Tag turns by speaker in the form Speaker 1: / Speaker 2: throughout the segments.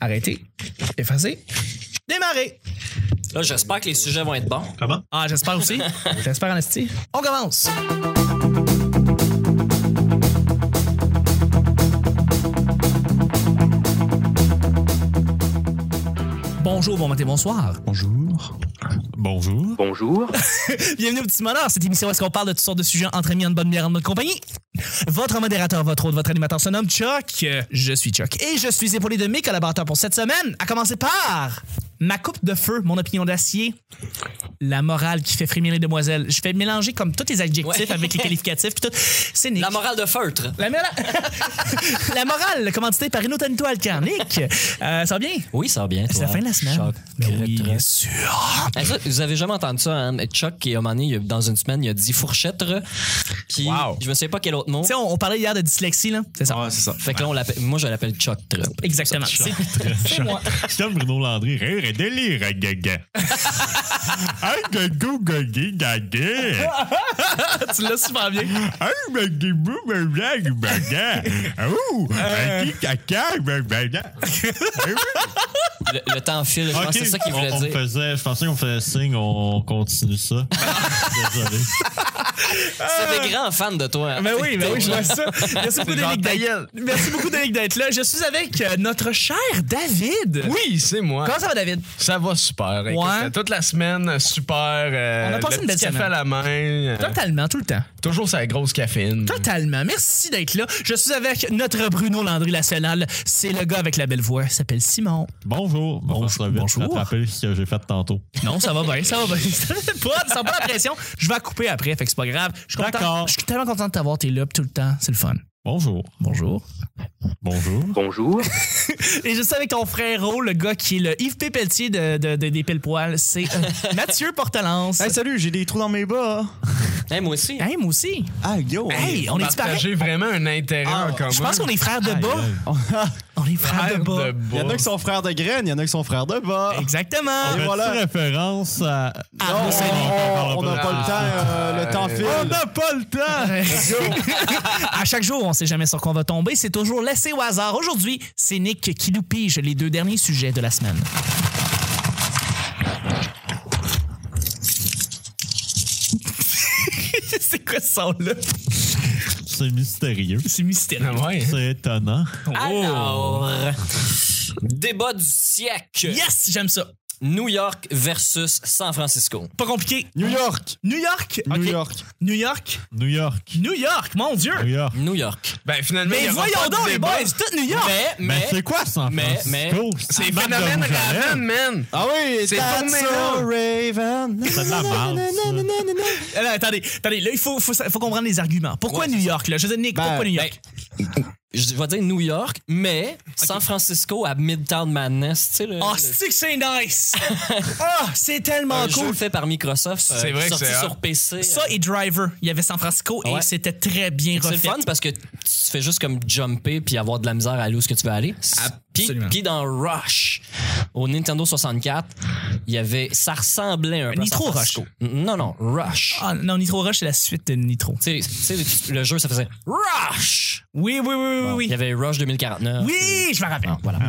Speaker 1: Arrêter. Effacer. Démarrer.
Speaker 2: Là, j'espère que les sujets vont être bons.
Speaker 3: Comment?
Speaker 1: Ah, j'espère aussi. j'espère en esti. On commence. Bonjour, bon matin, bonsoir.
Speaker 3: Bonjour. Bonjour.
Speaker 4: Bonjour.
Speaker 1: Bienvenue au Petit Monarque, cette émission où est-ce qu'on parle de toutes sortes de sujets entre amis, en bonne bière, en bonne compagnie. Votre modérateur, votre hôte, votre animateur se nomme Chuck. Euh, Je suis Chuck. Et je suis épaulé de mes collaborateurs pour cette semaine, à commencer par ma coupe de feu, mon opinion d'acier, la morale qui fait frémir les demoiselles. Je fais mélanger comme tous les adjectifs
Speaker 2: Ouais.
Speaker 1: avec les qualificatifs puis tout. C'est Nick.
Speaker 2: La morale de feutre.
Speaker 1: La, mola- la morale, commandité par Inotanito Alcarnic. Euh, ça va bien?
Speaker 2: Oui, ça va bien.
Speaker 1: C'est
Speaker 2: toi. hein?
Speaker 1: la fin de la semaine.
Speaker 2: Choc,
Speaker 1: Ben oui,
Speaker 2: retraite.
Speaker 1: bien sûr.
Speaker 2: Ah, ça, vous avez jamais entendu ça, hein? Chuck, qui, à un moment donné, il a- dans une semaine, il a dit fourchette. Qui,
Speaker 3: Wow.
Speaker 2: Je ne sais pas quel autre mot.
Speaker 1: Tu sais, on, on parlait hier de dyslexie, là. C'est ça.
Speaker 3: Ouais, c'est ça.
Speaker 2: Fait que là, on l'appelle. Moi, je l'appelle Chuck Trup.
Speaker 1: Exactement. C'est moi.
Speaker 3: C'est comme Bruno Landry. Rire et délire, hein, gaga. Hey, gagou, gagui, gaga.
Speaker 1: tu l'as super bien.
Speaker 3: Hey, bagibou, baga, baga. Ouh, bagui, caca, baga.
Speaker 2: Le, le temps file. Je pense
Speaker 3: Ok,
Speaker 2: que c'est ça qu'il
Speaker 3: on-
Speaker 2: voulait
Speaker 3: on
Speaker 2: dire.
Speaker 3: faisait- je pensais qu'on faisait signe, on continue ça. Désolé.
Speaker 2: C'est des grands fans de toi. hein?
Speaker 1: Ben oui, ben oui, je vois ça. Merci beaucoup,
Speaker 5: Genre
Speaker 1: Danick,
Speaker 5: ta
Speaker 1: d'être- Merci beaucoup, Danick, d'être là. Je suis avec euh, notre cher David.
Speaker 5: Ben
Speaker 1: Euh.
Speaker 5: Oui, c'est moi.
Speaker 1: Comment ça va, David?
Speaker 5: Ça va super. Écoute,
Speaker 1: Ouais.
Speaker 5: euh, toute la semaine, super. euh,
Speaker 1: On a passé
Speaker 5: le
Speaker 1: une belle
Speaker 5: petit café
Speaker 1: semaine.
Speaker 5: à la main. euh,
Speaker 1: Totalement, tout le temps.
Speaker 5: toujours sa grosse caféine.
Speaker 1: Totalement. Merci d'être là. Je suis avec notre Bruno Landry National. C'est le gars avec la belle voix. Il s'appelle Simon.
Speaker 3: Bonjour. Bonjour.
Speaker 1: bonjour.
Speaker 3: rattraper ce que j'ai fait tantôt.
Speaker 1: Non, ça va bien, ça va bien. Ça fait pas, ça sent pas la pression. Je vais la couper après, fait que c'est pas grave. Je suis, content-
Speaker 3: D'accord.
Speaker 1: je suis tellement content de t'avoir. T'es là pis tout le temps. C'est le fun.
Speaker 3: Bonjour.
Speaker 1: Bonjour.
Speaker 3: Bonjour.
Speaker 4: Bonjour.
Speaker 1: Et je suis avec ton frérot, le gars qui est le Yves Pépeltier de, de- de- des Pile-Poils. C'est euh, Mathieu Portelance.
Speaker 6: Hey, salut, j'ai des trous dans mes bas.
Speaker 2: Hey, Eh, moi aussi.
Speaker 1: Hey, moi aussi.
Speaker 6: Ah, yo.
Speaker 1: Hey, on est disparu.
Speaker 5: J'ai vraiment un intérêt en commun.
Speaker 1: Ah, Je pense qu'on est frères de bas. On est frères de bas.
Speaker 6: Il y en a qui sont frères de graines, il y en a qui sont frères de bas.
Speaker 1: Exactement.
Speaker 3: Fais-tu
Speaker 6: voilà.
Speaker 3: référence à.
Speaker 6: Non,
Speaker 1: Ah, c'est-
Speaker 6: on- on n'a pas le temps, euh, le temps file.
Speaker 1: n'a pas le temps! à chaque jour, on sait jamais sur quoi on va tomber. C'est toujours laissé au hasard. Aujourd'hui, c'est Nick qui nous pige les deux derniers sujets de la semaine. c'est quoi ce son-là?
Speaker 3: C'est mystérieux.
Speaker 1: C'est mystérieux.
Speaker 5: Ah ouais.
Speaker 3: C'est étonnant.
Speaker 1: Oh.
Speaker 2: Alors, débat du siècle.
Speaker 1: Yes, j'aime ça.
Speaker 2: New York versus San Francisco.
Speaker 1: Pas compliqué.
Speaker 6: New York.
Speaker 1: New York.
Speaker 6: New
Speaker 1: Ok.
Speaker 6: York.
Speaker 1: New York.
Speaker 3: New York.
Speaker 1: New York, mon Dieu.
Speaker 3: New York.
Speaker 2: New York.
Speaker 5: Ben finalement,
Speaker 1: Mais
Speaker 5: il y aura pas
Speaker 1: voyons
Speaker 5: de
Speaker 1: donc, les
Speaker 5: débat.
Speaker 1: boys, c'est tout New York. Ben,
Speaker 2: Mais,
Speaker 3: Mais,
Speaker 2: mais,
Speaker 3: c'est quoi San
Speaker 2: mais-
Speaker 3: Francisco?
Speaker 2: mais-
Speaker 5: C'est
Speaker 1: Ah,
Speaker 3: la marque de
Speaker 5: phénomène
Speaker 3: rouge à
Speaker 5: Raven,
Speaker 3: lèvres.
Speaker 5: man.
Speaker 6: Ah oui,
Speaker 5: C'est
Speaker 6: that's
Speaker 5: tourné,
Speaker 6: a
Speaker 5: là.
Speaker 6: Raven.
Speaker 3: C'est de la merde,
Speaker 6: ça.
Speaker 1: Alors, Euh, attendez, attendez, là, il faut, faut, faut comprendre les arguments. Pourquoi
Speaker 2: Ouais,
Speaker 1: New York, là? Je veux dire, Nick,
Speaker 6: Ben,
Speaker 1: pourquoi New York?
Speaker 2: je vais dire New York, mais San Francisco à Midtown Madness, tu sais le,
Speaker 1: Ah,
Speaker 2: le-
Speaker 1: c'est que c'est nice! Ah, c'est tellement
Speaker 2: un jeu
Speaker 1: cool!
Speaker 2: fait par Microsoft, euh,
Speaker 5: C'est vrai que
Speaker 2: sorti
Speaker 5: c'est
Speaker 2: sur
Speaker 5: hot.
Speaker 2: PC.
Speaker 1: Ça et Driver. Il y avait San Francisco
Speaker 2: Ouais.
Speaker 1: et c'était très bien
Speaker 2: c'est le
Speaker 1: refait.
Speaker 2: fun parce que tu fais juste comme jumper puis avoir de la misère à aller où ce que tu veux aller. Puis,
Speaker 1: Absolument.
Speaker 2: puis dans Rush au Nintendo 64, il y avait ça ressemblait un peu à
Speaker 1: Nitro
Speaker 2: San Francisco.
Speaker 1: Rush.
Speaker 2: Non non, Rush.
Speaker 1: Ah, non, Nitro Rush, c'est la suite de Nitro.
Speaker 2: Tu sais- tu sais, le jeu ça faisait Rush.
Speaker 1: Oui, oui, oui, oui,
Speaker 2: Il y
Speaker 1: oui.
Speaker 2: Ah, avait Rush 2049.
Speaker 1: Oui, je me rappelle. voilà.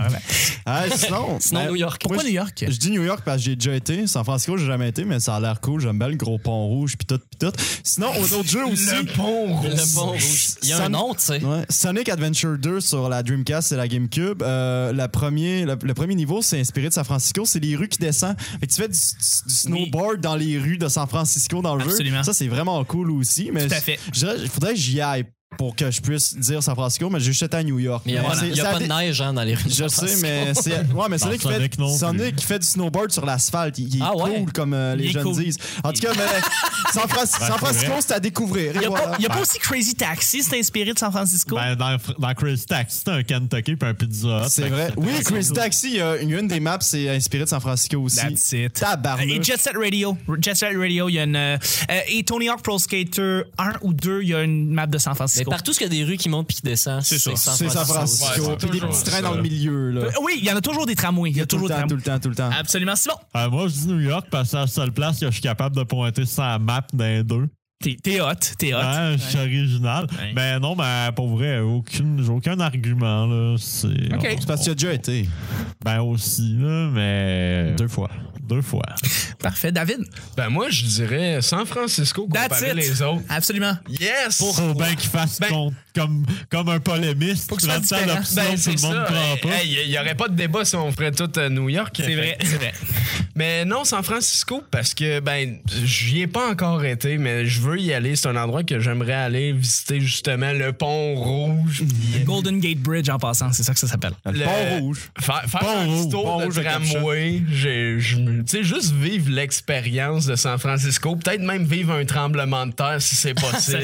Speaker 6: Ah, sinon,
Speaker 2: Sinon
Speaker 6: ben,
Speaker 2: New York.
Speaker 1: Pourquoi New York?
Speaker 6: Je dis New York parce que j'ai déjà été. San Francisco, j'ai jamais été, mais ça a l'air cool. J'aime bien le gros pont rouge, pis tout, pis tout. Sinon, aux autres jeux aussi.
Speaker 5: Bon,
Speaker 2: Le pont rouge. Il y a
Speaker 6: Ça
Speaker 2: un
Speaker 6: me-
Speaker 2: nom, tu sais.
Speaker 6: Ouais. Sonic Adventure 2 sur la Dreamcast et la GameCube. Euh, la premier, le, le premier niveau, c'est inspiré de San Francisco. C'est les rues qui descendent. Fait que tu fais du, du- du snowboard dans les rues de San Francisco dans le
Speaker 1: Absolument.
Speaker 6: jeu. Ça, c'est vraiment cool aussi. Mais
Speaker 1: Tout à fait.
Speaker 6: je dirais- Il faudrait que j'y aille pour que je puisse dire San Francisco, mais j'ai jeté à New York.
Speaker 2: Mais il y a,
Speaker 6: Mais
Speaker 2: pas-
Speaker 6: c'est-
Speaker 2: il y a
Speaker 6: ça
Speaker 2: pas
Speaker 6: dé-
Speaker 2: de neige hein, dans les rues. de
Speaker 6: je
Speaker 2: San
Speaker 6: sais,
Speaker 2: Francisco.
Speaker 6: mais c'est. Ouais, mais Sonic, qui fait,
Speaker 3: Sonic non plus.
Speaker 6: Sonic qui fait du snowboard sur l'asphalte. Il, il est
Speaker 2: Ah ouais?
Speaker 6: cool, comme euh, les
Speaker 1: Il est
Speaker 6: jeunes
Speaker 1: cool.
Speaker 6: disent. En tout cas, mais San, Fran- San
Speaker 3: c'est
Speaker 6: Francisco,
Speaker 3: vrai.
Speaker 6: c'est à découvrir. Et
Speaker 1: Il n'y a,
Speaker 6: voilà.
Speaker 1: pas- il y a pas aussi Crazy Taxi, c'est inspiré de San Francisco.
Speaker 3: Ben, dans, dans Chris Tax, c'était un Kentucky puis un
Speaker 1: Ah,
Speaker 3: pizza. Hut.
Speaker 6: C'est
Speaker 3: Fait que
Speaker 6: vrai.
Speaker 3: c'était
Speaker 6: Oui,
Speaker 3: très
Speaker 6: Crazy
Speaker 3: cool.
Speaker 6: Taxi, euh, une, une des maps, c'est inspiré de San Francisco aussi.
Speaker 1: That's it. Et
Speaker 6: Tabarnouche.
Speaker 1: Jet Set Radio. Jet Set Radio, il y a une. euh, et Tony Hawk Pro Skater 1 ou 2, il y a une map de San
Speaker 2: Mais
Speaker 1: Francisco.
Speaker 2: partout ce qu'il y a des rues qui montent puis qui descendent, c'est
Speaker 1: ça.
Speaker 6: C'est San Francisco.
Speaker 5: Ouais,
Speaker 6: Puis des
Speaker 5: toujours
Speaker 6: petits
Speaker 5: ça.
Speaker 6: trains dans le milieu, là.
Speaker 1: Euh, Oui, il y en a toujours des tramways. Il y a
Speaker 6: Tout le
Speaker 1: toujours des
Speaker 6: temps,
Speaker 1: tramways.
Speaker 6: tout le temps, tout le temps.
Speaker 1: Absolument. Simon,
Speaker 3: Euh, moi, je dis New York parce que c'est la seule place que je suis capable de pointer sans map d'un deux.
Speaker 1: T'es t'es hot, t'es hot.
Speaker 5: Ah,
Speaker 3: Ouais, je suis original.
Speaker 1: Ouais.
Speaker 3: Ben non, ben pour vrai, aucune, j'ai aucun argument. Là. C'est
Speaker 1: Ok.
Speaker 6: C'est parce que tu as déjà été.
Speaker 3: Ben aussi, là, mais.
Speaker 6: Deux fois.
Speaker 3: Deux fois.
Speaker 1: Parfait, David.
Speaker 5: Ben moi, je dirais San Francisco
Speaker 1: That's
Speaker 5: comparé
Speaker 1: it.
Speaker 5: les autres.
Speaker 1: Absolument.
Speaker 5: Yes!
Speaker 3: Faut bien qu'il fasse
Speaker 5: Ben-
Speaker 3: compte comme, comme un polémiste.
Speaker 1: Faut que ce
Speaker 3: prends
Speaker 1: soit
Speaker 3: ça
Speaker 1: différent.
Speaker 3: l'option,
Speaker 5: Ben,
Speaker 3: tout
Speaker 5: c'est
Speaker 3: le monde
Speaker 5: ça.
Speaker 3: prend pas.
Speaker 5: Hey, Il n'y aurait pas de débat si on ferait tout à New York.
Speaker 1: C'est vrai, c'est vrai.
Speaker 5: Mais non, San Francisco, parce que, ben, j'y ai pas encore été, mais je veux y aller. C'est un endroit que j'aimerais aller visiter, justement, le pont rouge. puis euh,
Speaker 1: Golden Gate Bridge en passant, c'est ça que ça s'appelle.
Speaker 6: Le,
Speaker 5: Le-
Speaker 6: pont rouge.
Speaker 5: Faire, faire
Speaker 3: Mhm. Pont
Speaker 5: un petit
Speaker 3: rouge,
Speaker 5: tour
Speaker 3: pont
Speaker 5: de
Speaker 3: rouge à
Speaker 5: tramway, j'ai- je me- tu sais, juste vivre l'expérience de San Francisco, peut-être même vivre un tremblement de terre si c'est possible.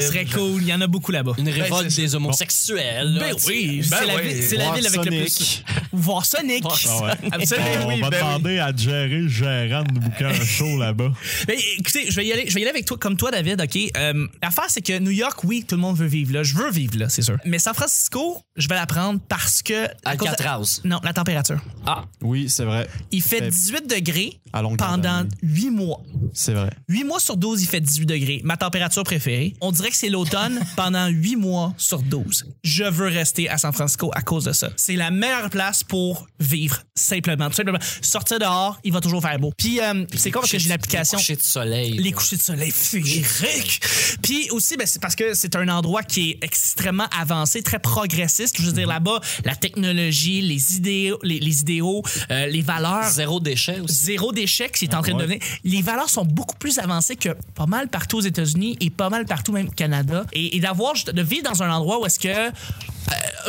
Speaker 1: Ça serait cool, il y en a beaucoup là-bas.
Speaker 2: Une
Speaker 5: Ben,
Speaker 2: révolte
Speaker 5: c'est-
Speaker 2: des homosexuels. là,
Speaker 1: Ben
Speaker 2: tu sais.
Speaker 1: oui, c'est
Speaker 5: Ben
Speaker 1: la,
Speaker 5: oui.
Speaker 1: ville- c'est la
Speaker 6: Voir
Speaker 1: ville avec le plus.
Speaker 6: Sonic.
Speaker 1: Voir Sonic.
Speaker 3: Ah ouais.
Speaker 1: Absolument.
Speaker 3: on
Speaker 5: oui,
Speaker 3: va
Speaker 5: ben oui.
Speaker 3: demander à Jerry, le gérant, de nous bouquer un show là-bas.
Speaker 1: Ben, écoutez, je vais y aller, je vais y aller avec toi, comme toi, David, OK? Euh, L'affaire, c'est que New York, oui, tout le monde veut vivre là. Je veux vivre là, c'est sûr. Mais San Francisco, je vais la prendre parce que. à cause de-
Speaker 2: Alcatraz.
Speaker 1: Non, la température.
Speaker 2: Ah,
Speaker 6: Oui, c'est vrai.
Speaker 1: Il fait
Speaker 6: Fait-
Speaker 1: 18 degrés
Speaker 6: Ben, À longueur
Speaker 1: pendant
Speaker 6: d'année.
Speaker 1: 8 mois.
Speaker 6: C'est vrai.
Speaker 1: 8 mois sur 12, il fait 18 degrés. Ma température préférée. On dirait que c'est l'automne pendant 8 mois sur 12. Je veux rester à San Francisco à cause de ça. C'est la meilleure place pour vivre, simplement. Tout simplement. Sortir dehors, il va toujours faire beau. Puis, euh, c'est quoi parce que j'ai l'application.
Speaker 2: coucher de soleil.
Speaker 1: Les
Speaker 2: là.
Speaker 1: couchers de soleil féeriques. Puis aussi, ben, c'est parce que c'est un endroit qui est extrêmement avancé, très progressiste. Je veux dire, là-bas, la technologie, les idéaux, les, les idéaux, euh, les valeurs
Speaker 2: Zéro déchet aussi.
Speaker 1: zéro déchet qui est en train de
Speaker 3: ouais.
Speaker 1: devenir. Les valeurs sont beaucoup plus avancées que pas mal partout aux États-Unis et pas mal partout même au Canada. Et, et d'avoir juste- de vivre dans un endroit où est-ce que euh,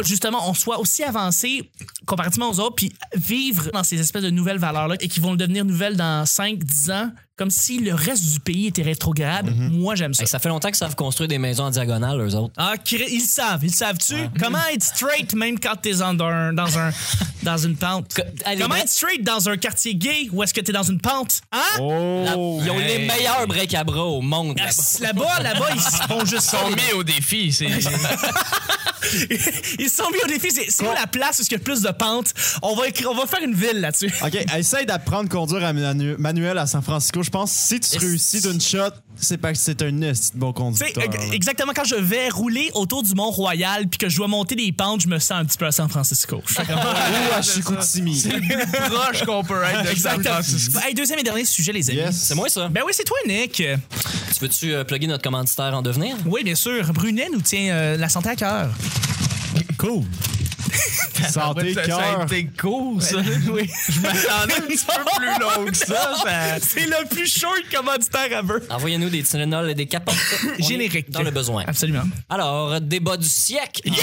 Speaker 1: justement on soit aussi avancé comparativement aux autres puis vivre dans ces espèces de nouvelles valeurs là et qui vont devenir nouvelles dans 5 10 ans comme si le reste du pays était rétrograde. Moi j'aime ça.
Speaker 2: Hey, Ça fait longtemps qu'ils savent construire des maisons en diagonale, eux autres.
Speaker 1: Ah, cri- ils le savent, ils le savent-tu? Comment être straight même quand t'es en- dans, un- dans, un, dans une pente?
Speaker 2: Co- allez,
Speaker 1: Comment
Speaker 2: ben-
Speaker 1: être straight dans un quartier gay ou est-ce que t'es dans une pente? Hein?
Speaker 2: Ils ont les
Speaker 5: hey.
Speaker 2: meilleurs break-à-bras au monde.
Speaker 1: Ah,
Speaker 2: là-bas.
Speaker 1: c'est- Là-bas, là-bas, ils se font juste
Speaker 5: Ils sont mis au défi. C'est
Speaker 1: Ils se sont mis au défi. C'est c'est où la place où il y a le plus de pentes? On va, écrire- on va faire une ville là-dessus.
Speaker 6: OK, essaye d'apprendre à conduire à manu- manuel à San Francisco. Je pense que si tu
Speaker 2: Et
Speaker 6: réussis
Speaker 2: si-
Speaker 6: d'une shot, c'est parce que c'est un esti de bon
Speaker 1: Tu sais,
Speaker 6: conducteur.
Speaker 1: ex- exactement quand je vais rouler autour du Mont-Royal puis que je dois monter des pentes, je me sens un petit peu à San Francisco. Je suis comme-
Speaker 6: Ou à Chicoutimi.
Speaker 5: proche qu'on peut être de San Francisco.
Speaker 1: Exactement. Hey, deuxième et dernier sujet, les amis.
Speaker 6: Yes.
Speaker 2: C'est moi, ça.
Speaker 1: Ben oui, c'est toi, Nick.
Speaker 2: Tu veux-tu euh, plugger notre commanditaire en devenir?
Speaker 1: Oui, bien sûr. Brunet nous tient euh, la santé à cœur.
Speaker 3: Cool.
Speaker 6: Santé,
Speaker 5: Ça a
Speaker 6: cœur.
Speaker 5: été court, ça.
Speaker 1: Ben, Oui.
Speaker 5: Je m'attendais un petit peu plus long que ça. ça-
Speaker 1: c'est le plus short commanditaire à veut.
Speaker 2: Envoyez-nous des Tylenol et des capotes. On est
Speaker 1: Générique.
Speaker 2: Dans le besoin.
Speaker 1: Absolument.
Speaker 2: Alors, débat du siècle.
Speaker 1: Yes!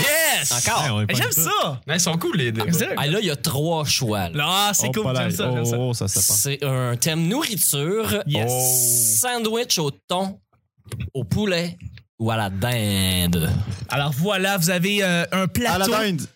Speaker 1: Ben
Speaker 2: Encore.
Speaker 3: Ouais, on est pas
Speaker 1: J'aime
Speaker 3: ça.
Speaker 1: ça.
Speaker 5: Mais ils sont cool, les deux.
Speaker 2: Ah, là, il y a trois choix. là.
Speaker 1: Ah, c'est
Speaker 6: Oh,
Speaker 1: cool. J'aime
Speaker 6: palais.
Speaker 1: ça. j'aime ça.
Speaker 6: Oh, oh, ça, ça passe.
Speaker 2: C'est un thème nourriture. Oh.
Speaker 1: Yes.
Speaker 2: Sandwich au thon, au poulet ou à la dinde.
Speaker 1: Alors voilà, vous avez euh, un
Speaker 6: À la
Speaker 1: plateau
Speaker 6: dinde.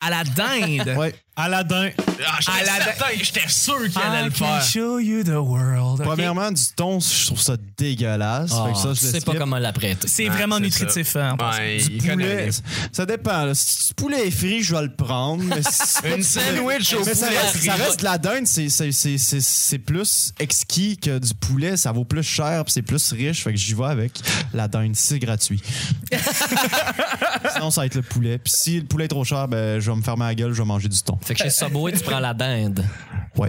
Speaker 1: à la dinde.
Speaker 6: Ouais.
Speaker 3: Aladdin.
Speaker 5: Ah,
Speaker 1: À
Speaker 5: j'étais
Speaker 1: la-
Speaker 5: certain, j'étais sûr qu'il allait
Speaker 1: I
Speaker 5: le
Speaker 1: can
Speaker 5: faire.
Speaker 1: show you the world. Ok.
Speaker 6: Premièrement, du thon, je trouve ça dégueulasse. Fait que ça,
Speaker 2: Ah,
Speaker 6: je
Speaker 2: tu sais
Speaker 6: le
Speaker 2: pas
Speaker 6: skip.
Speaker 2: comment l'apprêter.
Speaker 1: C'est
Speaker 5: Ouais,
Speaker 6: Ah,
Speaker 1: vraiment
Speaker 5: c'est
Speaker 1: nutritif. hein.
Speaker 5: Ouais,
Speaker 6: Du
Speaker 5: il connaît
Speaker 6: poulet,
Speaker 5: les-
Speaker 6: ça dépend. là. Si du poulet est frit, je vais le prendre. Mais, si-
Speaker 5: Une sandwich au
Speaker 6: mais ça,
Speaker 5: poulet
Speaker 6: reste, ça
Speaker 5: frit.
Speaker 6: reste de la dinde. C'est, c'est, c'est, c'est, c'est plus exquis que du poulet. Ça vaut plus cher puis c'est plus riche. Fait que j'y vais avec la dinde. C'est gratuit. Sinon, ça va être le poulet. Puis si le poulet est trop cher, ben, je vais me fermer la gueule. Je vais manger du thon.
Speaker 2: Fait que chez Subway, tu prends la dinde.
Speaker 6: Ouais.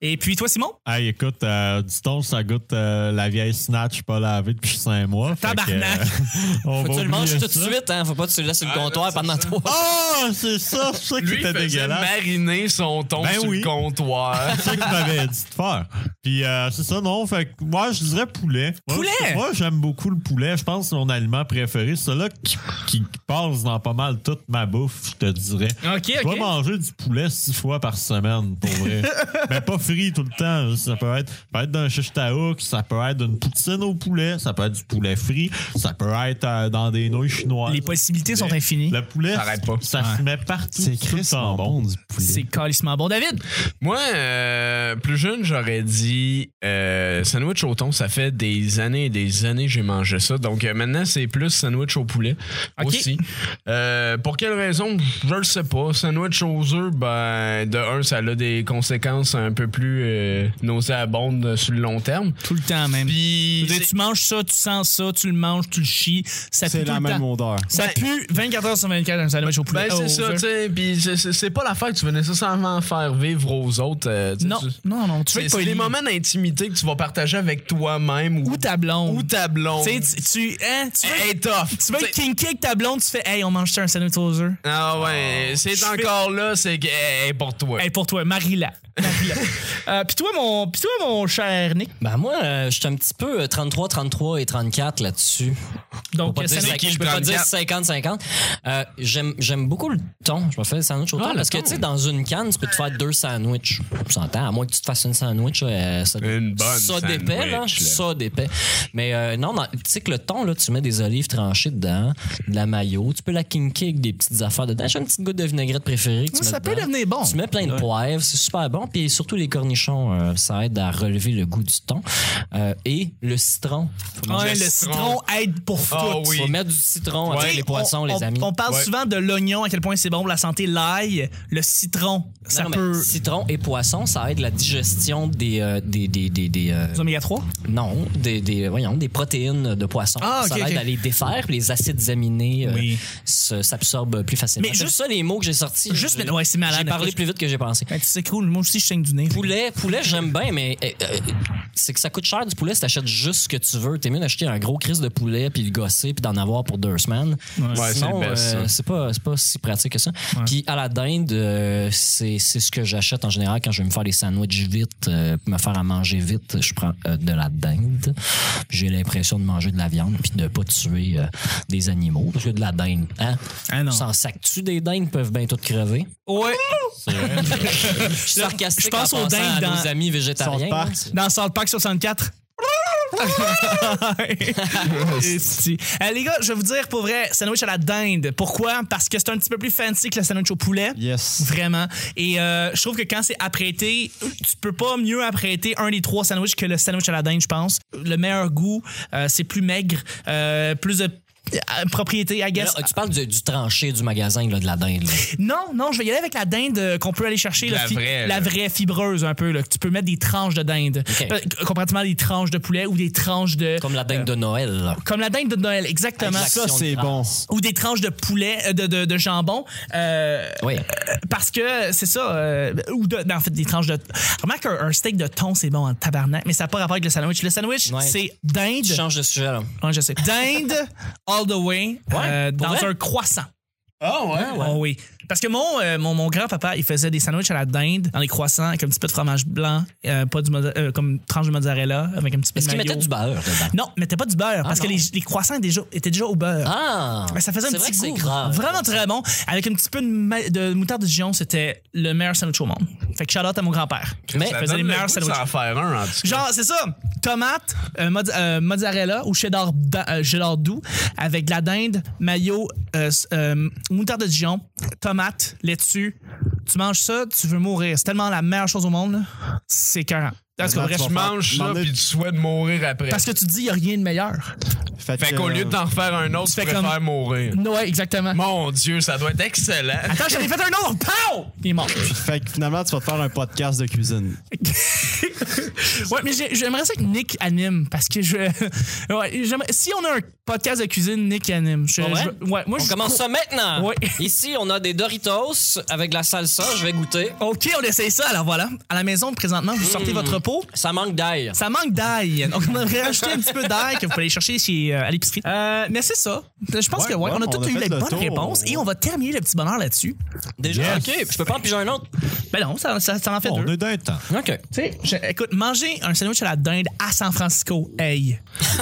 Speaker 1: Et puis toi, Simon?
Speaker 3: Hey, écoute, euh, du thon, ça goûte euh, la vieille snatch pas lavée depuis 5 mois. Fait que,
Speaker 1: Tabarnak.
Speaker 3: euh,
Speaker 2: Faut
Speaker 3: on
Speaker 2: que
Speaker 3: va
Speaker 2: tu le manges
Speaker 3: oublier
Speaker 2: tout de
Speaker 3: ça.
Speaker 2: suite, hein. Faut pas que tu le laisses sur le
Speaker 5: Ah, non,
Speaker 2: comptoir
Speaker 5: c'est
Speaker 2: pendant
Speaker 5: ça.
Speaker 2: trois
Speaker 3: Ah, c'est ça, c'est ça qui
Speaker 5: Lui, il
Speaker 3: était
Speaker 5: faisait
Speaker 3: dégueulasse.
Speaker 5: mariner son thon
Speaker 3: Ben
Speaker 5: sur
Speaker 3: oui.
Speaker 5: le comptoir.
Speaker 3: C'est ça qu'il m'avait dit de faire. Puis euh, c'est ça, non. Fait que moi, je dirais poulet. Moi,
Speaker 1: Poulet?
Speaker 3: je- Moi, j'aime beaucoup le poulet. Je pense que c'est mon aliment préféré. C'est celui-là qui, qui passe dans pas mal toute ma bouffe, je te dirais.
Speaker 1: Ok,
Speaker 3: Je dois manger du poulet six fois par semaine, pour vrai. Mais pas frit tout le temps. Ça peut être, ça peut être d'un shish-taouk, ça peut être d'une poutine au poulet, ça peut être du poulet frit, ça peut être euh, dans des nouilles chinoises.
Speaker 1: Les possibilités sont infinies.
Speaker 3: Le poulet,
Speaker 5: Ça arrête pas.
Speaker 3: ça se met partout.
Speaker 6: C'est
Speaker 3: tout le temps
Speaker 6: crissement
Speaker 3: bon.
Speaker 6: bon du poulet.
Speaker 1: C'est calissement bon, David.
Speaker 5: Moi, euh, plus jeune, j'aurais dit euh, sandwich au thon. Ça fait des années et des années que j'ai mangé ça. Donc euh, maintenant, c'est plus sandwich au poulet
Speaker 1: Ok.
Speaker 5: aussi. Euh, pour quelle raison Je le sais pas. Sandwich aux œufs, ben, de un, ça a des conséquences conséquences un peu plus euh, nauséabondes sur le long terme.
Speaker 1: Tout le temps, même.
Speaker 5: Puis,
Speaker 1: Je veux dire, tu manges ça, tu sens ça, tu le manges, tu le chies. Ça pue
Speaker 6: C'est
Speaker 1: tout
Speaker 6: la
Speaker 1: le
Speaker 6: même
Speaker 1: temps.
Speaker 6: odeur.
Speaker 1: Ça
Speaker 5: Ben-
Speaker 1: pue 24 heures sur 24 un sandwich au poulet.
Speaker 5: Ben, c'est
Speaker 1: Oh,
Speaker 5: ça,
Speaker 1: over.
Speaker 5: tu sais. Puis, c'est- c'est c'est pas l'affaire que tu veux nécessairement faire vivre aux autres. euh, tu sais,
Speaker 1: Non,
Speaker 5: tu-
Speaker 1: non, non. Tu veux
Speaker 5: C'est
Speaker 1: être
Speaker 5: c'est
Speaker 1: poli.
Speaker 5: les moments d'intimité que tu vas partager avec toi-même ou,
Speaker 1: Ou ta blonde.
Speaker 5: ou ta blonde.
Speaker 1: Tu sais, tu, tu- hein, tu veux,
Speaker 5: Hey, tough.
Speaker 1: tu veux être kinky avec ta blonde, tu fais Hey, on mange ça un sandwich aux œufs.
Speaker 5: Ah ouais, c'est
Speaker 1: Oh, Je
Speaker 5: encore là, c'est que- hey, pour toi.
Speaker 1: Hey, pour toi, Marie-la. Marie-la. Euh, Puis toi, mon, puis toi, mon cher Nick.
Speaker 2: Ben moi, euh, je suis un petit peu euh, 33, 33 et 34 là-dessus.
Speaker 1: Donc,
Speaker 2: Faut pas
Speaker 1: euh,
Speaker 2: dire
Speaker 1: sandwich-
Speaker 2: cinq- je peux pas dire 50-50. Euh, J'aime j'aime beaucoup le thon. Je me fais le sandwich au thon.
Speaker 1: Ah, le
Speaker 2: parce que,
Speaker 1: thon.
Speaker 2: tu sais, dans une canne, tu peux te faire deux sandwichs. On s'entend, à moins que tu te fasses une sandwich. euh, ça,
Speaker 5: Une bonne
Speaker 2: Ça d'épais, là.
Speaker 5: sandwich, là.
Speaker 2: Ça d'épais. Mais euh, non, dans- tu sais que le thon, là, tu mets des olives tranchées dedans, de la mayo. Tu peux la kinker avec des petites affaires dedans. J'ai une petite goutte de vinaigrette préférée. que tu
Speaker 1: Ouais,
Speaker 2: mets
Speaker 1: ça peut
Speaker 2: dedans.
Speaker 1: devenir bon.
Speaker 2: Tu mets plein de poivres, c'est super bon. Puis surtout les cornichons, euh, ça aide à relever le goût du thon. Euh, et le citron. Faut
Speaker 1: Ouais,
Speaker 2: manger-
Speaker 1: le citron
Speaker 5: citron.
Speaker 1: aide pour tout.
Speaker 5: Ah oui.
Speaker 2: faut mettre du citron
Speaker 1: Tu
Speaker 2: avec
Speaker 1: sais,
Speaker 2: les poissons,
Speaker 1: on-
Speaker 2: les
Speaker 1: on-
Speaker 2: amis.
Speaker 1: On parle
Speaker 5: Ouais.
Speaker 1: souvent de l'oignon, à quel point c'est bon pour la santé, l'ail, le citron. ça
Speaker 2: Non, mais
Speaker 1: peut.
Speaker 2: Citron et poisson, ça aide la digestion des. euh, des, des, des, des, euh,
Speaker 1: Les oméga 3?
Speaker 2: non, des, des, voyons, des protéines de poisson.
Speaker 1: Ah, ok,
Speaker 2: ça aide
Speaker 1: ok.
Speaker 2: à les défaire, puis les acides aminés euh,
Speaker 1: Oui.
Speaker 2: se- s'absorbent plus facilement.
Speaker 1: Mais
Speaker 2: C'est
Speaker 1: juste-
Speaker 2: ça les mots que j'ai sortis.
Speaker 1: Juste,
Speaker 2: J'ai-
Speaker 1: mais- ouais, c'est malade.
Speaker 2: J'ai parlé
Speaker 1: Après,
Speaker 2: plus vite que j'ai pensé.
Speaker 1: Ben, tu sais, cool. Moi aussi, je saigne du nez.
Speaker 2: Poulet, poulet, j'aime bien, mais euh, euh, c'est que ça coûte cher du poulet si t'achètes juste ce que tu veux. T'es mieux d'acheter un gros crise de poulet puis le gosser puis d'en avoir pour deux semaines. Sinon,
Speaker 5: Ouais, c'est le best,
Speaker 2: euh,
Speaker 5: ça.
Speaker 2: c'est pas, c'est pas si pratique que ça. Puis à la dinde, euh, c'est c'est ce que j'achète en général quand je vais me faire des sandwichs vite, euh, pour me faire à manger vite. Je prends euh, de la dinde. Puis J'ai l'impression de manger de la viande puis de pas tuer euh, des animaux parce que de la dinde, hein?
Speaker 1: Ah non.
Speaker 2: Sans sac-tu des dindes peuvent bien toutes crever.
Speaker 1: Ouais.
Speaker 2: Je suis sarcastique
Speaker 1: je pense
Speaker 2: en
Speaker 1: aux
Speaker 2: pensant
Speaker 1: dindes
Speaker 2: à
Speaker 1: dans-
Speaker 2: nos amis végétariens.
Speaker 6: South Park.
Speaker 2: hein.
Speaker 1: Dans South Park 64. Esti. Euh, les gars, je vais vous dire pour vrai, sandwich à la dinde. Pourquoi? Parce que c'est un petit peu plus fancy que le sandwich au poulet.
Speaker 6: Yes.
Speaker 1: Vraiment. Et euh, je trouve que quand c'est apprêté, tu peux pas mieux apprêter un des trois sandwichs que le sandwich à la dinde, je pense. Le meilleur goût, euh, c'est plus maigre, euh, plus de euh, propriété, I
Speaker 2: Mais
Speaker 1: guess.
Speaker 2: là, tu parles du, du tranché du magasin là, de la dinde. là.
Speaker 1: Non, non, je vais y aller avec la dinde euh, qu'on peut aller chercher.
Speaker 5: La
Speaker 1: fi-
Speaker 5: vraie,
Speaker 1: la
Speaker 5: là.
Speaker 1: vraie fibreuse un peu. Là, que tu peux mettre des tranches de dinde.
Speaker 2: Ok.
Speaker 1: Euh, comparativement à des tranches de poulet ou des tranches de...
Speaker 2: Comme la dinde de Noël. là.
Speaker 1: Comme la dinde de Noël, exactement.
Speaker 2: Exact.
Speaker 6: Ça,
Speaker 2: Action
Speaker 6: c'est
Speaker 2: de
Speaker 6: bon.
Speaker 2: grâce.
Speaker 1: Ou des tranches de poulet, euh, de, de, de jambon. Euh,
Speaker 2: Oui.
Speaker 1: parce que c'est ça. euh, ou de, non, en fait, des tranches de. Remarque qu'un un steak de thon, c'est bon en tabarnak, mais ça n'a pas rapport avec le sandwich. Le sandwich,
Speaker 2: Ouais.
Speaker 1: c'est
Speaker 2: Tu
Speaker 1: dinde.
Speaker 2: changes de sujet là.
Speaker 1: Ouais, je sais. Dinde all the way euh,
Speaker 2: pour
Speaker 1: dans
Speaker 2: vrai?
Speaker 1: un croissant.
Speaker 5: Ah ouais.
Speaker 1: Oh oui. Parce que mon, euh, mon, mon grand-papa, il faisait des sandwichs à la dinde dans les croissants avec un petit peu de fromage blanc, euh, pas du mozza- euh, comme tranche de mozzarella, avec un petit peu
Speaker 2: Est-ce
Speaker 1: de
Speaker 2: qu'il
Speaker 1: mayo.
Speaker 2: mettait du beurre dedans?
Speaker 1: Non, mettait pas du beurre parce que
Speaker 2: non.
Speaker 1: les, les croissants déjà- étaient déjà au beurre.
Speaker 2: Ah!
Speaker 1: Mais Ben, ça faisait un
Speaker 2: C'est
Speaker 1: petit
Speaker 2: vrai
Speaker 1: goût
Speaker 2: que c'est grave.
Speaker 1: vraiment très bon. Avec un petit peu de, ma- de moutarde de Dijon, c'était le meilleur sandwich au monde. Fait que shout-out à mon grand-père.
Speaker 2: Mais
Speaker 5: Ça
Speaker 1: faisait
Speaker 5: donne
Speaker 1: les
Speaker 5: le
Speaker 1: meilleurs
Speaker 5: goût de
Speaker 1: sandwichs.
Speaker 5: s'en faire un, en tout cas.
Speaker 1: Genre, c'est ça. Tomate, euh, mozz- euh, mozzarella ou cheddar, da- euh, cheddar doux avec de la dinde, mayo, euh, s- euh, moutarde de Dijon, tomate, laitue. Tu manges ça, tu veux mourir. C'est tellement la meilleure chose au monde. là. C'est carré. Parce que,
Speaker 6: Là,
Speaker 1: bref,
Speaker 6: tu
Speaker 5: Tu manges ça,
Speaker 6: M'emmener-
Speaker 5: puis tu souhaites mourir après.
Speaker 1: parce que tu te dis, il n'y a rien de meilleur.
Speaker 5: Fait qu'au lieu de t'en refaire un autre, tu
Speaker 1: fais
Speaker 5: préfères
Speaker 1: comme-
Speaker 5: mourir.
Speaker 1: Ouais, exactement.
Speaker 5: Mon Dieu, ça doit être excellent.
Speaker 1: Attends, j'en ai fait un autre. Pow! Il est mort.
Speaker 6: Fait que finalement, tu vas te faire un podcast de cuisine.
Speaker 1: Ouais, mais j'ai- j'aimerais ça que Nick anime parce que je. Ouais, j'aimerais- si on a un podcast de cuisine, Nick anime. Je-
Speaker 2: Pour vrai?
Speaker 1: je- ouais, moi,
Speaker 2: Ah hein? On
Speaker 1: je-
Speaker 2: commence ça maintenant.
Speaker 1: Oui.
Speaker 2: Ici, on a des Doritos avec de la salsa. Je vais goûter.
Speaker 1: OK, on essaye ça. Alors voilà, à la maison, présentement, vous sortez votre pot.
Speaker 2: Ça manque d'ail.
Speaker 1: Ça manque d'ail. Donc, on a rajouté un petit peu d'ail que vous pouvez aller chercher chez, euh, à l'épicerie. Euh, mais c'est ça. Je pense
Speaker 6: Ouais,
Speaker 1: que ouais,
Speaker 6: ouais,
Speaker 1: on a
Speaker 6: on
Speaker 1: tous
Speaker 6: a
Speaker 1: eu
Speaker 6: fait
Speaker 1: les
Speaker 6: le
Speaker 1: bonnes
Speaker 6: tour.
Speaker 1: réponses et on va terminer le petit bonheur là-dessus.
Speaker 2: Déjà?
Speaker 3: Yes.
Speaker 2: OK. Je peux pas en piger un autre.
Speaker 1: Ben non, ça, ça, ça en fait
Speaker 3: On
Speaker 1: deux.
Speaker 3: est d'un temps.
Speaker 2: OK.
Speaker 1: Tu sais, je- écoute, manger un sandwich à la dinde à San Francisco, hey.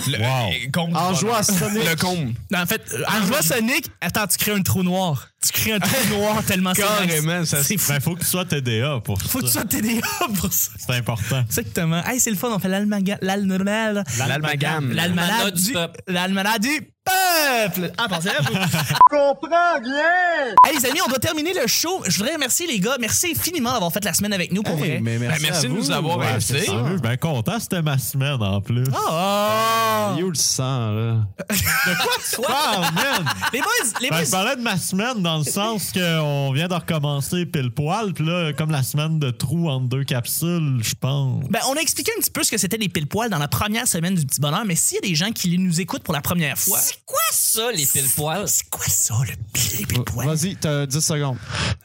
Speaker 5: Le-
Speaker 3: Wow.
Speaker 5: le comble du
Speaker 6: En
Speaker 5: bonheur.
Speaker 6: jouant à Sonic.
Speaker 5: Le comble.
Speaker 1: En fait, euh, en jouant Sonic, attends, tu crées un trou noir. Tu crées un trou noir tellement c'est nice.
Speaker 5: Carrément, ça
Speaker 1: C'est fou.
Speaker 3: Ben, faut que tu sois TDA pour
Speaker 1: Faut que tu
Speaker 3: ça.
Speaker 1: sois TDA pour ça.
Speaker 3: C'est important.
Speaker 1: Exactement. Hey, c'est le fun, on fait l'almaga- l'almagal.
Speaker 5: L'almagam.
Speaker 1: L'almanach
Speaker 2: L'almanach du
Speaker 1: du
Speaker 2: peuple.
Speaker 1: L'almanach du peuple. Ah, pensez à vous. Hey, les amis, on doit terminer le show. Je voudrais remercier les gars. Merci infiniment d'avoir fait la semaine avec nous pour vrai.
Speaker 6: mais
Speaker 5: Ben, merci
Speaker 6: à
Speaker 5: de nous
Speaker 6: vous.
Speaker 5: avoir
Speaker 6: Ouais,
Speaker 5: invités.
Speaker 6: c'est ça.
Speaker 3: Ah, Je suis bien content, c'était ma semaine en plus.
Speaker 1: Oh!
Speaker 6: Mario le sent, là.
Speaker 3: Ah, man!
Speaker 1: Les boys, les
Speaker 3: Ben, je
Speaker 1: boys.
Speaker 3: parlais de ma semaine dans le sens qu'on vient de recommencer pile poil, puis là, comme la semaine de trou entre deux capsules, je pense.
Speaker 1: Ben, on a expliqué un petit peu ce que c'était les pile poils dans la première semaine du petit bonheur, mais s'il y a des gens qui nous écoutent pour la première fois,
Speaker 2: C'est quoi ça, les pile poils?
Speaker 1: c'est quoi ça, le pile- les
Speaker 6: Euh,
Speaker 1: pile poils?
Speaker 6: Vas-y, t'as 10 secondes.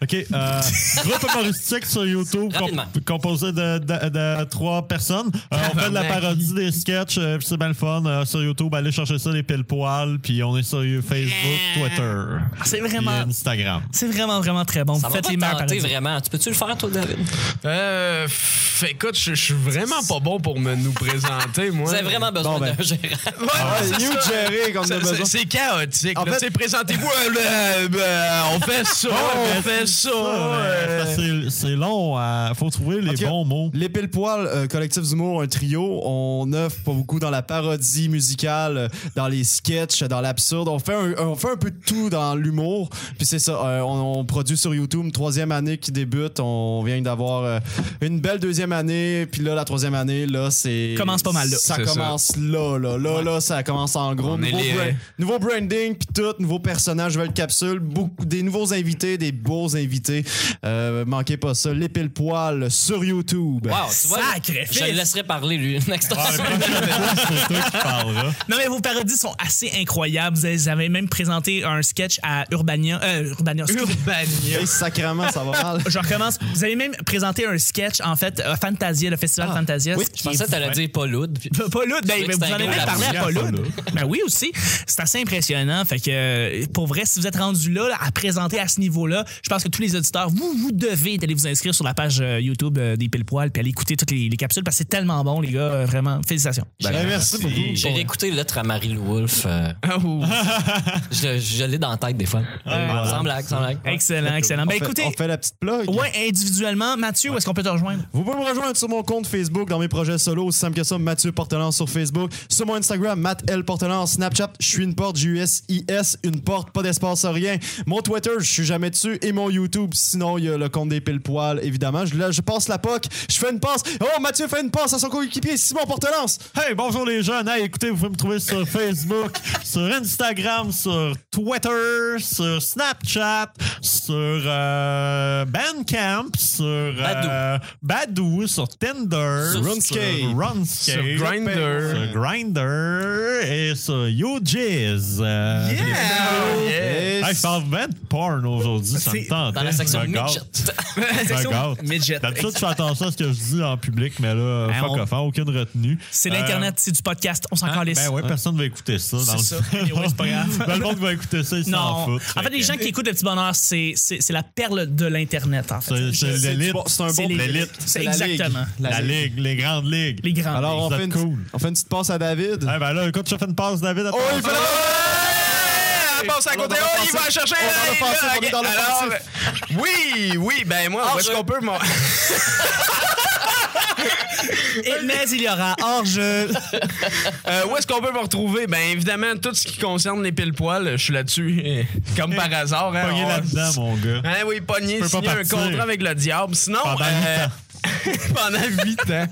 Speaker 3: OK. euh, groupe humoristique sur YouTube com-
Speaker 2: Rapidement.
Speaker 3: composé de, de- de trois personnes. Euh, on fait de la parodie des sketchs. euh, puis c'est bien le fun. Euh, sur YouTube, allez chercher ça, les pile poil. Puis on est sur Facebook, Twitter.
Speaker 1: C'est
Speaker 3: puis
Speaker 1: vraiment-
Speaker 3: Instagram.
Speaker 1: C'est vraiment, vraiment très bon.
Speaker 2: Ça
Speaker 1: Vous
Speaker 2: va
Speaker 1: faites les
Speaker 2: pas
Speaker 1: meilleurs
Speaker 2: tenter
Speaker 1: parodies.
Speaker 2: vraiment. Tu peux-tu le faire, toi, David?
Speaker 5: Euh, f- écoute, je je suis vraiment pas bon pour me nous présenter, moi.
Speaker 2: Vous avez vraiment besoin
Speaker 6: Bon, ben.
Speaker 2: d'un gérant.
Speaker 5: Ouais, c'est
Speaker 6: you
Speaker 5: ça.
Speaker 6: Jerry, comme on a
Speaker 5: C'est- c'est-
Speaker 6: besoin.
Speaker 5: C'est chaotique.
Speaker 6: En
Speaker 5: là.
Speaker 6: fait-
Speaker 5: Tu sais, présentez-vous. euh, euh, euh, on fait ça, on fait ça.
Speaker 3: Ça, euh,
Speaker 5: euh.
Speaker 3: c'est- C'est long. Il faut trouver les
Speaker 6: tout cas,
Speaker 3: bons mots.
Speaker 6: Les pile poil, euh, collectif d'humour, un trio, on œuvre pas beaucoup dans la parodie musicale, euh, dans les sketchs, dans l'absurde. On fait un, on fait un peu de tout dans l'humour. Puis c'est ça, euh, on, on produit sur YouTube, troisième année qui débute. On vient d'avoir euh, une belle deuxième année. Puis là, la troisième année, là, c'est.
Speaker 1: Commence pas mal, là.
Speaker 6: Ça
Speaker 5: C'est ça.
Speaker 6: commence là, là. Là, là, ça commence en gros.
Speaker 5: On est
Speaker 6: Nouveau,
Speaker 5: les-
Speaker 6: bra- nouveau branding, puis tout, nouveau personnage, nouvelle capsule, beaucoup, des nouveaux invités, des beaux invités. Euh, manquez pas ça. Les pile poil sur YouTube.
Speaker 2: Wow, tu vois,
Speaker 1: Sacré
Speaker 2: je le
Speaker 1: fils.
Speaker 2: laisserai parler, lui, next time.
Speaker 3: Ah, la prochaine fois, c'est toi qui parleras.
Speaker 1: Non, mais vos parodies sont assez incroyables. Vous avez même présenté un sketch à Urbania. Euh, Urbania, excusez.
Speaker 5: Urbania.
Speaker 6: Hey, sacrément, ça va mal.
Speaker 1: Je recommence. Vous avez même présenté un sketch, en fait, à Fantasia, le festival Fantasia.
Speaker 6: oui,
Speaker 1: ce
Speaker 2: Ah. Je
Speaker 1: qui est
Speaker 2: pensais que t'allais dire pas loud. puis-
Speaker 1: P- Paul Hood, ben,
Speaker 2: Je trouvais que
Speaker 1: vous en
Speaker 2: c'était
Speaker 1: avez
Speaker 2: un
Speaker 1: même
Speaker 2: gros
Speaker 1: parlé à
Speaker 3: labyrinthe,
Speaker 1: Paul
Speaker 3: Paul
Speaker 1: Hood. Ben oui, aussi. C'est assez impressionnant. Fait que, euh, pour vrai, si vous êtes rendu là, là, à présenter à ce niveau-là, je pense que tous les auditeurs, vous, vous devez aller vous inscrire sur la page euh, YouTube euh, des Pile Poil puis aller écouter toutes les, les capsules parce que c'est tellement bon, les gars. euh, vraiment, félicitations.
Speaker 6: Ben, merci beaucoup.
Speaker 2: J'ai réécouté Lettre à Marie Lou Wolfe. euh,
Speaker 1: Ah,
Speaker 5: Oh.
Speaker 2: je je l'ai dans la tête des fois.
Speaker 3: voilà.
Speaker 2: Sans blague, sans blague.
Speaker 1: Excellent, excellent. Ben
Speaker 6: On fait-
Speaker 1: écoutez,
Speaker 6: on fait la petite plug.
Speaker 1: ouais, individuellement, Mathieu, où est-ce qu'on peut te rejoindre?
Speaker 6: Vous pouvez me rejoindre sur mon compte Facebook dans mes projets solo, aussi simple que ça, Mathieu Portelance sur Facebook, sur mon Instagram, Matt L Portelance, Snapchat, je suis une porte, J-U-S-I-S, une porte, pas d'espace, rien. Mon Twitter, je suis jamais dessus, et mon YouTube, sinon il y a le compte des pile poil, évidemment. Je, là, je passe la POC, je fais une passe. Oh, Mathieu fait une passe à son coéquipier, Simon Portelance.
Speaker 3: Hey, bonjour les jeunes. Hey, écoutez, vous pouvez me trouver sur Facebook, sur Instagram, sur Twitter, sur Snapchat, sur euh, Bandcamp, sur euh, Badoo, sur Tinder,
Speaker 2: Sur
Speaker 6: Runescape.
Speaker 3: sur Runescape,
Speaker 5: Sur Grindr.
Speaker 3: sur Grindr et sur YouJizz. Euh,
Speaker 5: Yeah.
Speaker 3: Eh, Hey, je parle bien de porn aujourd'hui, ça me tente.
Speaker 2: Dans la section midget.
Speaker 1: midget.
Speaker 3: D'habitude, je fais attention à ce que je dis en public, mais là,
Speaker 1: Ben,
Speaker 3: fuck
Speaker 1: on-
Speaker 3: off, hein, aucune retenue.
Speaker 1: C'est
Speaker 3: Euh,
Speaker 1: l'Internet, c'est du podcast, on s'en calisse.
Speaker 3: ben ouais, personne va écouter ça. dans
Speaker 1: C'est
Speaker 3: le
Speaker 1: ça.
Speaker 3: fond.
Speaker 1: Anyway, c'est pas grave.
Speaker 3: Ben, le monde va écouter ça, ils s'en
Speaker 1: Non.
Speaker 3: foutent.
Speaker 1: En fait, les gens qui écoutent le petit bonheur, c'est c'est- c'est la perle de l'Internet, en fait.
Speaker 3: C'est- c'est
Speaker 1: Je-
Speaker 3: l'élite.
Speaker 6: C'est un
Speaker 1: C'est
Speaker 6: bon
Speaker 1: les-
Speaker 3: l'élite.
Speaker 1: C'est
Speaker 6: la ligue.
Speaker 1: exactement.
Speaker 3: La ligue, les grandes ligues.
Speaker 1: Les grands.
Speaker 6: Alors, on
Speaker 3: Vous
Speaker 6: fait,
Speaker 3: êtes
Speaker 6: une,
Speaker 3: cool.
Speaker 6: on fait une petite passe à David.
Speaker 3: Eh ben là, écoute, tu as fait une passe, David. à
Speaker 6: Oh,
Speaker 3: ton-
Speaker 6: il fait la
Speaker 5: Ouais, passe à côté. Oh, il va chercher.
Speaker 6: On va
Speaker 5: hey,
Speaker 6: passer,
Speaker 5: là,
Speaker 6: on est dans
Speaker 5: ok.
Speaker 6: l'offensive.
Speaker 5: Alors, euh, Oui, oui, ben
Speaker 6: Ah,
Speaker 5: moi, où est-ce qu'on peut. moi-
Speaker 1: Et- mais il y aura hors-jeu.
Speaker 5: Euh, où est-ce qu'on peut me retrouver? Ben évidemment, tout ce qui concerne les pile poils, je suis là-dessus. euh, Comme par hasard. Hein,
Speaker 3: Pogné
Speaker 5: on-
Speaker 3: là-dedans, mon gars.
Speaker 5: Hein, oui, pogné,
Speaker 3: peux pas
Speaker 5: signer un
Speaker 3: partir.
Speaker 5: contrat avec le diable. Sinon,
Speaker 3: Pendant
Speaker 5: euh, pendant 8 ans.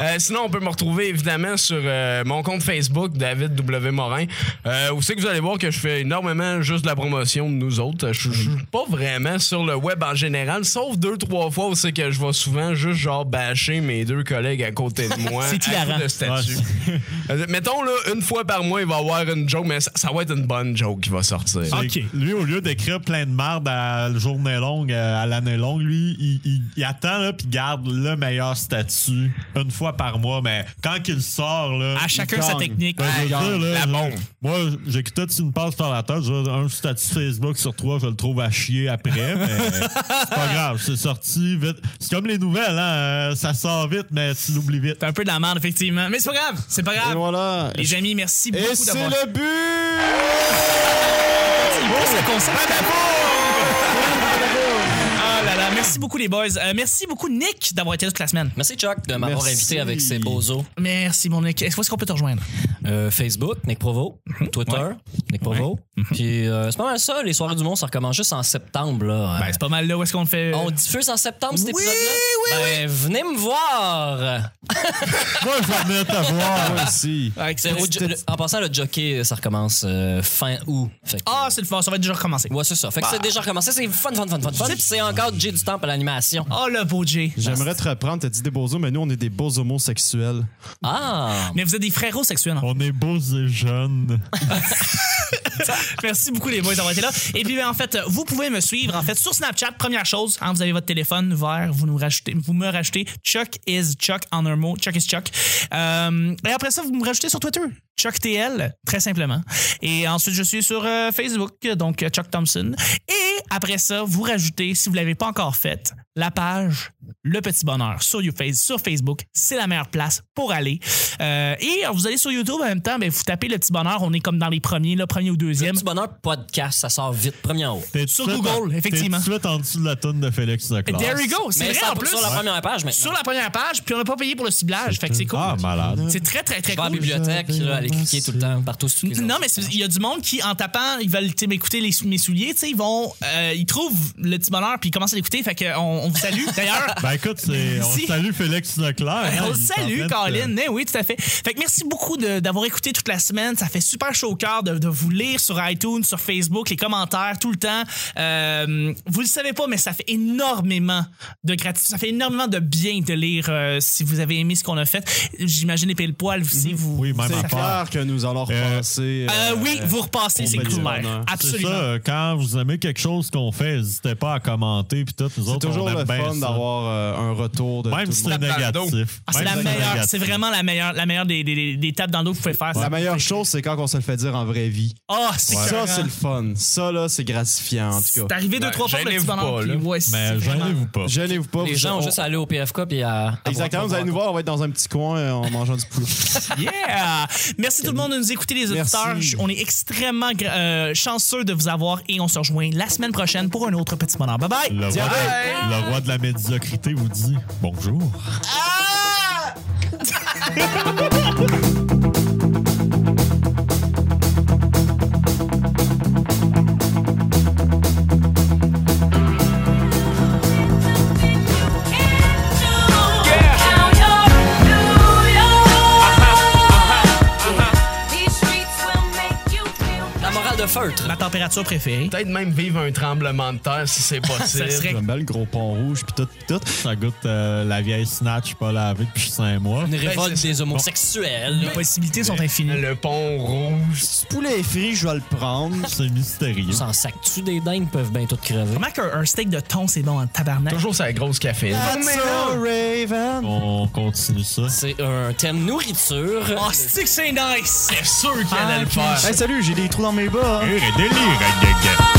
Speaker 5: Euh, sinon, on peut me retrouver évidemment sur euh, mon compte Facebook, David W. Morin. Euh, où c'est que vous allez voir que je fais énormément juste de la promotion de nous autres. Je je suis pas vraiment sur le web en général, sauf deux, trois fois où c'est que je vais souvent juste genre bâcher mes deux collègues à côté de moi.
Speaker 1: C'est
Speaker 5: à
Speaker 1: hilarant.
Speaker 5: coup de statut. Euh, Mettons là, une fois par mois, il va y avoir une joke, mais ça, ça va être une bonne joke qui va sortir. Ah,
Speaker 3: Fait que Lui, au lieu d'écrire plein de marde à la journée longue, euh, à l'année longue, lui, il, il- il attend là, puis garde le meilleur statut une fois par mois. Mais quand il sort, là,
Speaker 1: À chacun sa
Speaker 6: gagne.
Speaker 1: technique.
Speaker 3: Ben, je veux
Speaker 6: Regarde,
Speaker 3: dire, là,
Speaker 5: la
Speaker 3: je-
Speaker 5: bombe.
Speaker 3: Moi, j'écoutais une passe par la tête. j'ai Un statut Facebook sur trois, je le trouve à chier après, mais c'est pas grave. C'est sorti vite. C'est comme les nouvelles, hein. euh, Ça sort vite, mais tu l'oublies vite.
Speaker 1: C'est un peu de la merde, effectivement. Mais c'est pas grave. C'est pas
Speaker 3: Ah,
Speaker 6: Et
Speaker 1: grave.
Speaker 6: voilà.
Speaker 1: Les amis, merci
Speaker 6: Et
Speaker 1: beaucoup
Speaker 6: c'est
Speaker 1: d'avoir.
Speaker 6: le but!
Speaker 1: C'est le concept. Ah là là, merci. Merci beaucoup, les boys. Euh, merci beaucoup, Nick, d'avoir été là toute la semaine.
Speaker 2: Merci, Chuck, de m'avoir
Speaker 6: Merci.
Speaker 2: invité avec ces beaux os.
Speaker 1: Merci, mon Nick. Est-ce où est-ce qu'on peut te rejoindre?
Speaker 2: Euh, Facebook, Nick Provo.
Speaker 1: Mhm.
Speaker 2: Twitter, Nick Provo. Puis euh, c'est pas mal ça, les soirées du monde, ça recommence juste en septembre. Là.
Speaker 6: Euh,
Speaker 2: Euh,
Speaker 1: Ben, c'est pas mal là où est-ce qu'on le fait.
Speaker 2: On diffuse en septembre cet
Speaker 1: Oui,
Speaker 2: épisode-là.
Speaker 1: oui,
Speaker 2: ben, venez me voir.
Speaker 3: Moi, je vais venir te voir.
Speaker 6: Moi aussi.
Speaker 2: C'est au jo- le- en passant, le jockey, ça recommence euh, fin août. Fait que-
Speaker 1: Ah, c'est le fun. Ça va déjà recommencer.
Speaker 2: ouais, c'est ça. Fait que c'est déjà recommencé. C'est fun, fun, fun, fun, fun. Puis c'est encore J du temps à l'animation.
Speaker 1: Oh, le beau Jay.
Speaker 6: J'aimerais te reprendre, t'as dit des beaux os, mais nous, on est des beaux homosexuels.
Speaker 2: Ah!
Speaker 1: Mais vous êtes des frérots sexuels. hein?
Speaker 3: On est beaux et jeunes.
Speaker 1: Merci beaucoup les boys d'avoir été là. Et puis ben, en fait, euh, vous pouvez me suivre en fait sur Snapchat. Première chose, hein, vous avez votre téléphone vert, vous nous rajoutez, vous me rajoutez Chuck is Chuck en un mot, Chuck is Chuck. Euh, et après ça, vous me rajoutez sur Twitter, Chuck TL, très simplement. Et ensuite, je suis sur euh, Facebook, donc euh, Chuck Thompson. Et après ça, vous rajoutez, si vous l'avez pas encore faite, la page Le Petit Bonheur sur YouFace, sur Facebook. C'est la meilleure place pour aller. Euh, et vous allez sur YouTube en même temps, ben, vous tapez Le Petit Bonheur. On est comme dans les premiers, le premier ou deuxième.
Speaker 2: Petit bonheur podcast, ça sort vite, premier en haut.
Speaker 3: T'es
Speaker 1: Sur
Speaker 3: tout de suite
Speaker 1: Google,
Speaker 3: en- t'es
Speaker 1: effectivement.
Speaker 3: tout de suite en dessous de la tonne de Félix Leclerc.
Speaker 1: There you go, Oh, c'est
Speaker 2: Mais
Speaker 1: vrai
Speaker 2: ça,
Speaker 1: en plus.
Speaker 2: sur la première page maintenant.
Speaker 1: Sur la première page, puis on n'a pas payé pour le ciblage, fait que c'est cool.
Speaker 3: Ah, malade.
Speaker 1: C'est très très très
Speaker 2: Mm. Je vais à la
Speaker 1: cool.
Speaker 2: bibliothèque, là, aller cliquer tout le temps, partout sur toutes les
Speaker 1: Non
Speaker 2: autres.
Speaker 1: mais c'est- il y a du monde qui en tapant ils veulent tu sais, m'écouter les sou- mes souliers tu sais ils vont euh, ils trouvent le petit bonheur puis ils commencent à l'écouter fait que on, on vous salue d'ailleurs
Speaker 3: Ben écoute, c'est- on
Speaker 1: Si.
Speaker 3: salue Félix
Speaker 1: on
Speaker 3: Leclerc. hein,
Speaker 1: le
Speaker 3: il
Speaker 1: salue,
Speaker 3: s'en fait, euh,
Speaker 1: Colin. Eh oui, tout à fait. Fait que merci beaucoup de- d'avoir écouté toute la semaine. Ça fait super chaud au cœur de, de vous lire sur iTunes, sur Facebook, les commentaires tout le temps. Euh, vous le savez pas, mais ça fait énormément de gratitude. Ça fait énormément de bien de lire euh, si vous avez aimé ce qu'on a fait. J'imagine les pile poil si vous.
Speaker 3: Oui, même
Speaker 6: C'est
Speaker 3: affaire.
Speaker 6: clair que nous allons repasser.
Speaker 1: Euh, oui, vous repassez, c'est
Speaker 6: Petit
Speaker 1: cool.
Speaker 6: Bonheur.
Speaker 3: C'est
Speaker 1: Absolument.
Speaker 3: ça, euh, quand vous aimez quelque chose qu'on fait, n'hésitez pas à commenter puis tout. Nous
Speaker 6: C'est
Speaker 3: autres,
Speaker 6: toujours
Speaker 3: on aime
Speaker 6: le
Speaker 3: bien
Speaker 6: fun
Speaker 3: ça.
Speaker 6: d'avoir euh, un retour de tout
Speaker 3: Même si
Speaker 6: le
Speaker 3: c'est
Speaker 6: monde.
Speaker 3: négatif.
Speaker 1: Ah, c'est
Speaker 3: Même
Speaker 1: la
Speaker 3: si
Speaker 1: meilleure,
Speaker 3: négatif.
Speaker 1: c'est vraiment la meilleure, la meilleure des, des- des- des tapes dans le dos que vous pouvez faire.
Speaker 6: La meilleure chose, c'est quand on se le fait dire en vraie vie.
Speaker 1: Ah, c'est
Speaker 6: Ça,
Speaker 1: écœurant.
Speaker 6: c'est le fun. Ça, là, c'est gratifiant, en tout
Speaker 1: C'est
Speaker 6: cas.
Speaker 1: arrivé deux,
Speaker 5: Ben,
Speaker 1: trois fois le petit
Speaker 5: gênez-vous
Speaker 1: bonheur.
Speaker 5: pas,
Speaker 1: puis
Speaker 5: là.
Speaker 1: ouais, c'est
Speaker 3: Mais
Speaker 1: vraiment-
Speaker 3: Ben, gênez-vous pas.
Speaker 6: Gênez-vous pas.
Speaker 2: Les
Speaker 6: vous-
Speaker 2: gens ont
Speaker 6: on-
Speaker 2: juste à aller au PFK puis à. à
Speaker 6: Exactement,
Speaker 2: voir-
Speaker 6: vous allez nous voir, on va être dans un petit coin euh, en mangeant du poulet.
Speaker 1: Yeah! Merci tout le monde de nous écouter, les auditeurs.
Speaker 6: Merci.
Speaker 1: On est extrêmement gra- euh, chanceux de vous avoir et on se rejoint la semaine prochaine pour un autre petit bonheur. Bye bye!
Speaker 3: Le roi, le roi de la médiocrité vous dit bonjour.
Speaker 2: La morale de feutre.
Speaker 1: Ma température préférée.
Speaker 5: Peut-être même vivre un tremblement de terre si c'est possible.
Speaker 1: Ça serait-
Speaker 6: J'aime bien le gros pont rouge, puis tout, puis tout.
Speaker 3: Ça goûte euh, la vieille snatch pas lavée depuis 5 mois.
Speaker 2: Une
Speaker 1: Ben,
Speaker 2: révolte
Speaker 5: c'est-
Speaker 2: des homosexuels.
Speaker 1: Les possibilités sont infinies.
Speaker 5: Le pont rouge.
Speaker 6: Ce poulet frit, je vais le prendre.
Speaker 3: C'est mystérieux.
Speaker 2: S'en sac-tu des dingues peuvent bien toutes crever.
Speaker 1: Comment qu'un un steak de thon, c'est bon en tabarnak?
Speaker 5: Toujours sa grosse caféine.
Speaker 1: Ah,
Speaker 6: That's a raven.
Speaker 3: On continue ça.
Speaker 2: C'est un thème nourriture.
Speaker 1: Oh, c'est que c'est nice!
Speaker 5: C'est sûr qu'il allait le
Speaker 1: Ah,
Speaker 5: faire.
Speaker 6: Hey, salut, j'ai des trous dans mes bas. hein.
Speaker 3: Rire et délire, gag, gag.